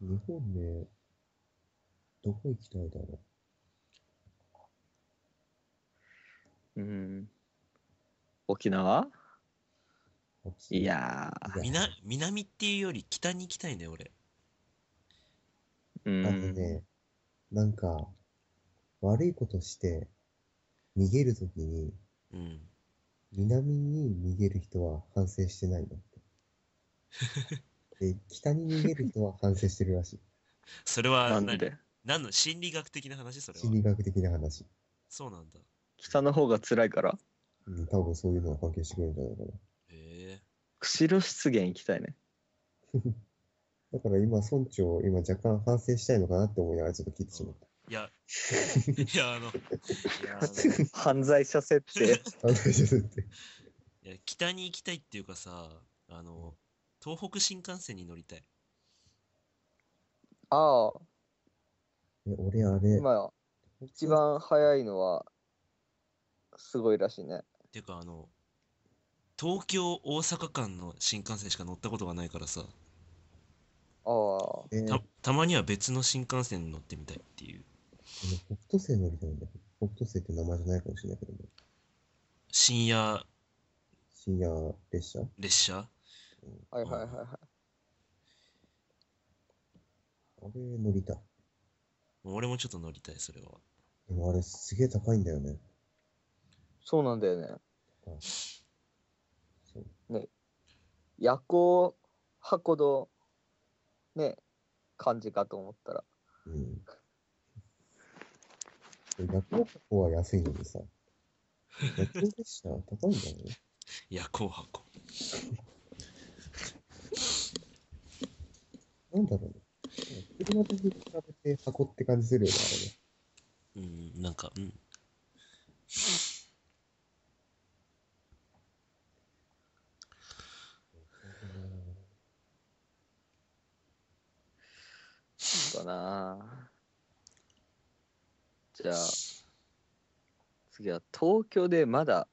日本ね、どこ行きたいだろうん。沖縄う。あい。やいや南南っていうより北に行きたいね、俺。ー。うあのん。ね、なんか、悪いことして、逃げるときに、うん。南に逃げる人は反省してないんだって。で、北に逃げる人は反省してるらしい。それはな何、んで何の心理学的な話それは心。理学的な話。そうなんだ。北の方が辛いから。うん、多分そういうのは関係してくれるんじゃないかな。へえ釧路湿原行きたいね。だから今、村長、今若干反省したいのかなって思いながらちょっと聞いてしまっいや、いや、あの、いや、あの犯罪者設定。た。反省してるって。いや北に行きたいっていうかさ、あの、東北新幹線に乗りたい。ああ、え、俺あれ、今、一番早いのは、すごいらしいね。っていうか、あの、東京大阪間の新幹線しか乗ったことがないからさ、ああ、えーた、たまには別の新幹線に乗ってみたいっていう。あの北斗星乗りたいんだけど、北斗星って名前じゃないかもしれないけども、深夜深夜列車列車はいはいはいはあれ乗りたい。俺もちょっと乗りたい、それは。でもあれすげえ高いんだよね。い。そうなんだよね。そう。夜行箱の、ね、感じかと思ったら。うん。で夜行箱は安いのにさ、夜行列車は高いんだよね。夜行箱。なんだろうね。車と比べて箱って感じするよね、あれね。うん、なんか、うん。だなぁじゃあ、次は東京でまだ、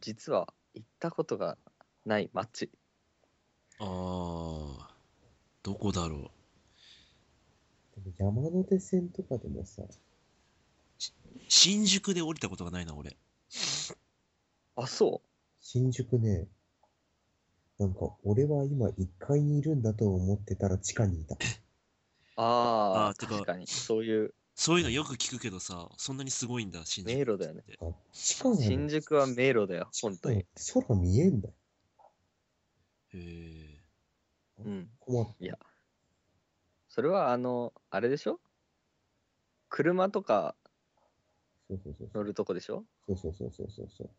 実は行ったことがない街。あー、どこだろでも山手線とかでもさ、う。新宿で降りたことがないな、俺。あ、そ新宿ね、なんか俺は今1階にいるんだと思ってたら地下にいた。うあああ、ーてか確かに。そういう、そういうのよく聞くけどさ、そんなにすごいんだ、新宿。迷路だよね。あ地下なの新宿は迷路だよ、本当に。うん空見えんだよ。へー。うん。困っいや、それはあの、あれでしょ車とかそうそうそうそ乗う。るとこでしょそうそうそうそうそうそう。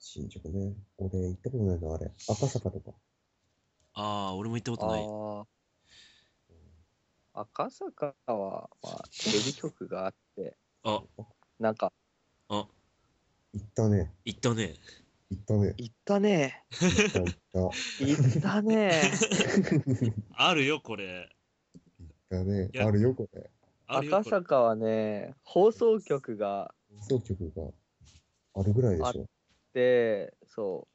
新宿ね。俺行ったことないのあれ。赤坂とか。あー、俺も行ったことない。ああ。赤坂は、まあ、テレビ局があって、あ、なんか、。あ、行ったね。行ったね。行ったね行ったね。行った行った。行っ行ったね。あるよ、これ。たねい。やあるよ、これ。 あるよ、赤これ。坂はね、放送局が放送局があるぐらいでしょ。あって、そ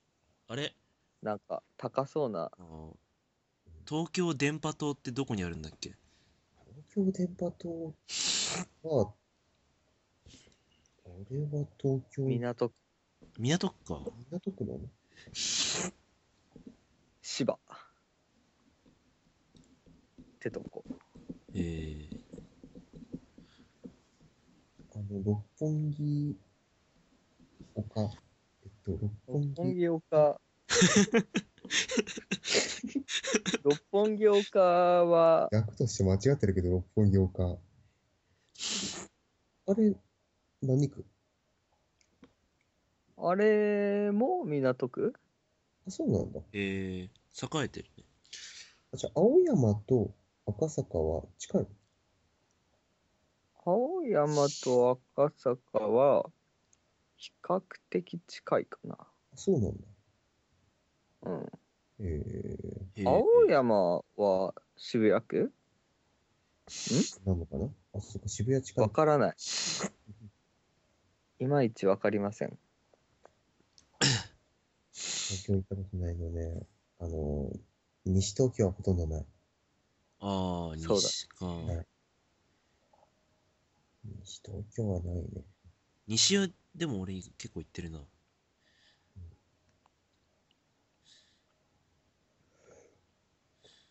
あれう、なんか、高そうな、あの東京電波塔ってどこにあるんだっけ東京電波塔は、俺は東京港区、港区か。港区なの芝。ってとこ。えー、あの、六本木丘。えっと、六本六本木。木 丘。六本木丘は、役として間違ってるけど、六本木丘。あれ、何区あれも港区あ、そうなんだ。えー、栄えてるね。あ、じゃあ、青山と赤坂は近いの青山と赤坂は、比較的近いかな。あ、そうなんだ。うん。えええー青山は渋谷区なのかなあ、そっか、渋谷近いわ。からない。いまいちわかりません。 東京行ったことないので、あの、西東京はほとんどない。あそうあ、だ西か。はい西東京はないね。西は、でも俺結構行ってるな。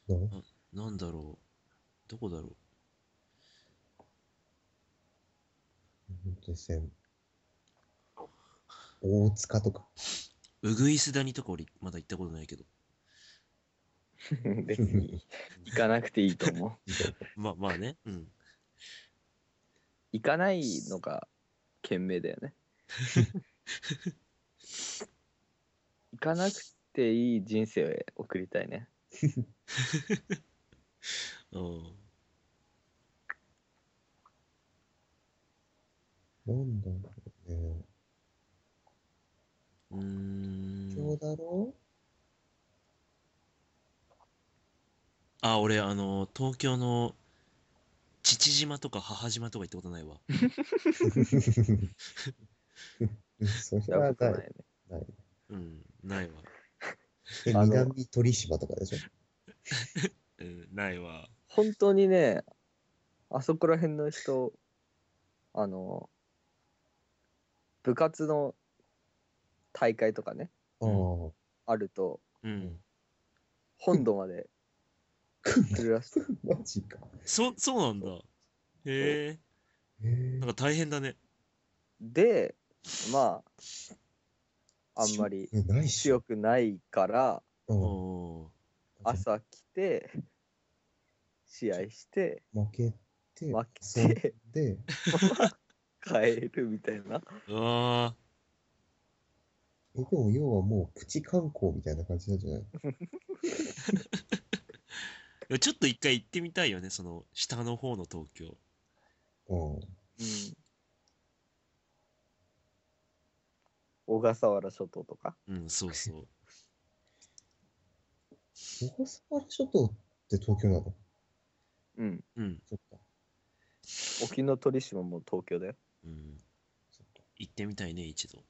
どうなんだろう。どこだろう。本当に線。大塚とか。うぐいす谷とか俺まだ行ったことないけど。別に行かなくていいと思う。まあまあね。うん。行かないのが賢明だよ ね。行かなくていい人生を送りたいね。うんなんだろうね。うーん。東京だ ろ あ、俺、あの、東京の父島とか母島とか行ったことないわ。うそれ行はったことなないい。なねいうん、ないわ。えあの南鳥島とかでしょうん、ないわ。本当にね、あそこら辺の人、あの、部活の大会とかね、ああ。あると、うん。本土まで来ん来るらしい。のマジか。そ、そうなんだ。へへええ。なんか大変だね。で、まあ、あんまりえないっし強ょ。くないから、うんおー朝来て、試合して、負けて、負けて遊んで、帰るみたいな。うわえ、でも要はもうプチ観光みたいな感じなんじゃないーちょっと一回行ってみたいよね、その、下の方の東京。うん。うん小笠原諸島とかうん、そうそう。小笠原諸島って東京なのうんうん、そっか。沖ノ鳥島も東京だようん。そっか。行ってみたいね、一度。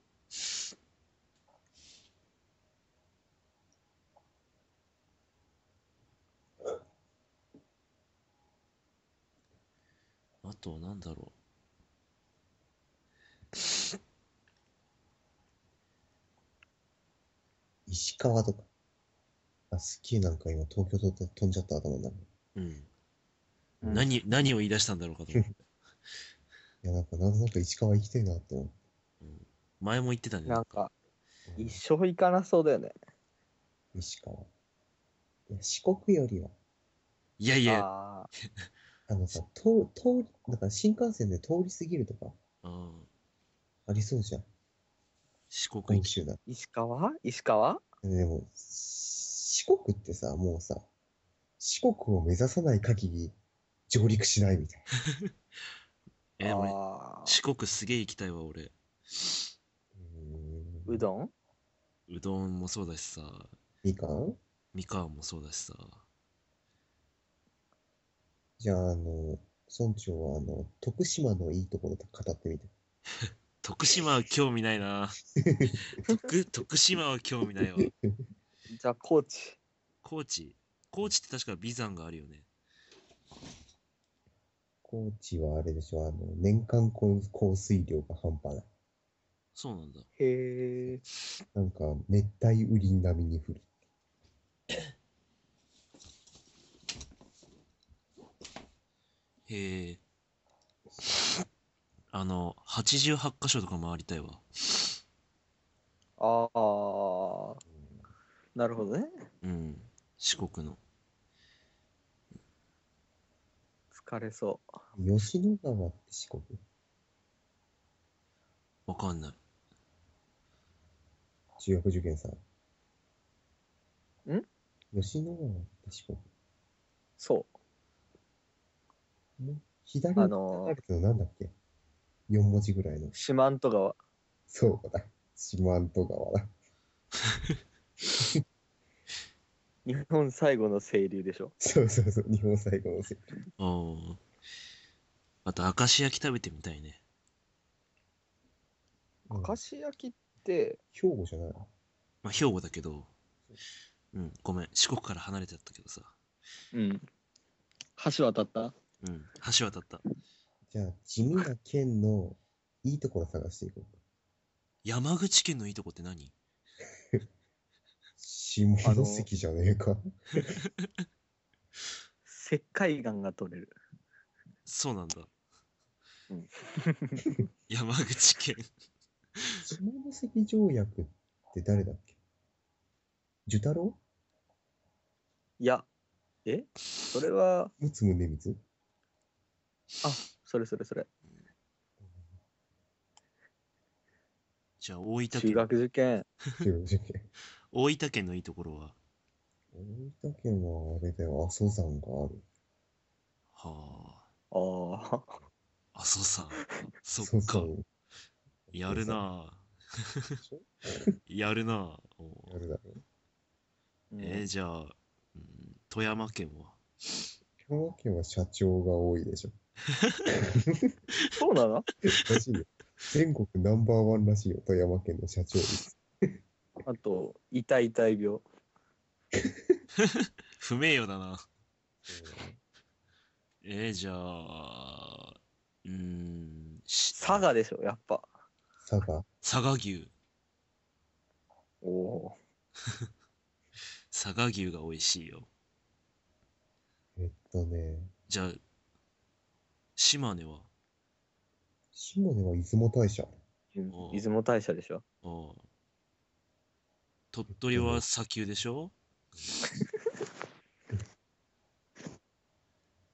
あとは何だろ石川とか。あ、スキーなんか今東京と飛んじゃった頭になる。う。うん。うん何、何を言い出したんだろ うかと思って。いや、なんか、なんとなく石川行きたいなって思う。うん前も言ってたね。なんかうん一生行かなそうだよね石川。いや、四国よりは、いやいや、あーあのさ、通、通り、なんか新幹線で通り過ぎるとか、うんありそうじゃん。四国行本き。州だ。石川石川でも、し四国ってさ、もうさ、四国を目指さない限り、上陸しないみたいえ、俺、あー四国すげえ行きたいわ、俺。な。ううん。どんうどんもそうだしさ、みかんみかんもそうだしさ。じゃあ、あの、村長は、あの、徳島のいいところと語ってみて。徳島は興味な いな。徳、徳島は興味ないわ。じゃあ高知高知高知って確か美山があるよね。高知はあれでしょ、あの、年間降降水量が半端ない。そうなんだ。へえなんか、熱帯雨林並みに降る。へえ。 あの、88箇所とか回りたいわ。ああなるほどねうん。四国の。疲れそ吉野川って四国わかんない。中学受験さん。ん吉野川って四国うそ左あにのー流れてるのなんだっけ、四 ?4 文字ぐらいのう。四万十川そうだ。四万十川だ。日本最後の清流でしょそうそうそう。日本最後のせい。あーあと、明石焼き食べてみたいね。うん明石焼きって兵庫じゃないのまあ、兵庫だけど、うん、ごめん、四国から離れてたけどさ。うん。橋渡ったうん、橋渡った。じゃあ、地味な県のいいところ探していこう。山口県のいいとこって何下関じゃねえか。石灰岩が取れる。そうなんだうん。 山口県。下関条約って誰だっけ寿太郎いや、えそれは、陸奥宗光それそれそれ。じゃあ大分中県。学受験。中学受験。大分県のいいところは大分県はあれだよ、阿蘇山がある。はああ。あ、阿蘇山。そそうっそか。う。やるなしょぁやるなぁおあれだろ。えー、じゃあ、うん富山県は兵庫県は社長が多いでしょ。 そうなのらしいよ。全国ナンバーワンらしいよ、富山県の社長率。あと、痛い痛い病。不名誉だな。えー、じゃあ、うーん、し佐賀でしょ、やっぱ。佐賀、佐賀牛。おお佐賀牛が美味しいよ。えっとね、じゃあ、島根は下根は出雲大社。ー。うんおー出雲大社でしょ。ああ鳥取は砂丘でしょ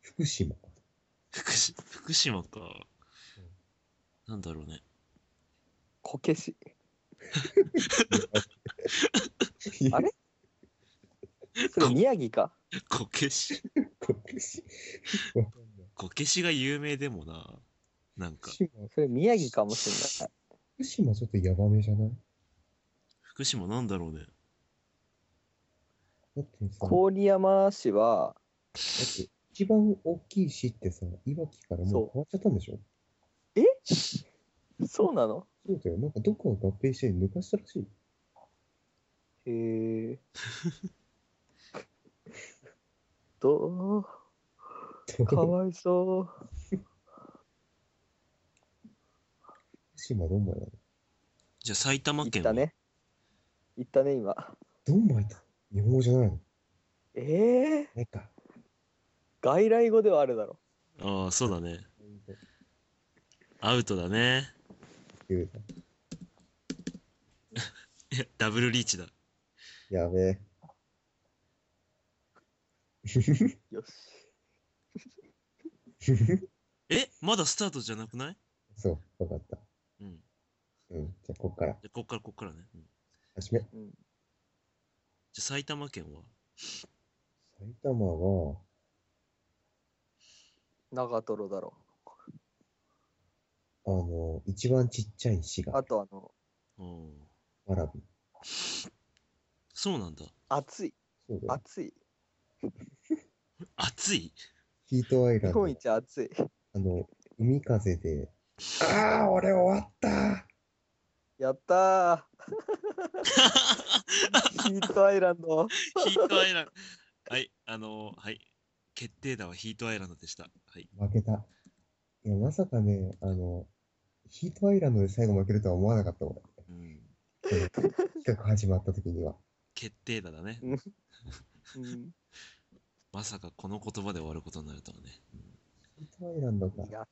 福島。福島福島か。なんだろうね。こ けし。あれそれ宮城か。こけし。こけし。わかんないこけしが有名でもな。なんか、福島それ宮城かもしれない。福島ちょっとヤバめじゃない福島なんだろうね。だってさ、郡山市は、だって一番大きい市ってさ、いわきからもそうう変わっちゃったんでしょそうなのそうだよ。なんかどこか合併して抜かしたらしい。へえ。 どうかわいそう。福島どんまいなのじゃあ埼玉行っ県たは、ね。行ったね、今。どんまいだ日本語じゃないのええないか。外来語ではあるだろ。ああ、そうだね。アウトだね。言ういやダブルリーチだ。なやべえ。 よし。えまだスタートじゃなくないそう、わかった。うん。じうん。じゃあ、こっからゃ。あこっからこっからね。うん始め。じゃあ埼玉県は埼玉は、長瀞だろ。あの、一番ちっちゃい市あが、と、あの、おーわらび。そうなんだ。暑い。そうだよ。暑い。暑 いヒートアイラ日ンド本。一暑い。あの、海風で、ああ、俺終わったやったー。ヒートアイランド。ヒートアイランド。はい、あのーはい。決定打はヒートアイランドでした。はい。負けた。いや、まさかね、あの、ヒートアイランドで最後負けるとは思わなかった、俺。うん、この企画始まった時には。決定打だね。うんうんまさかこの言葉で終わることになるとはね。ヒートアイランドがやっ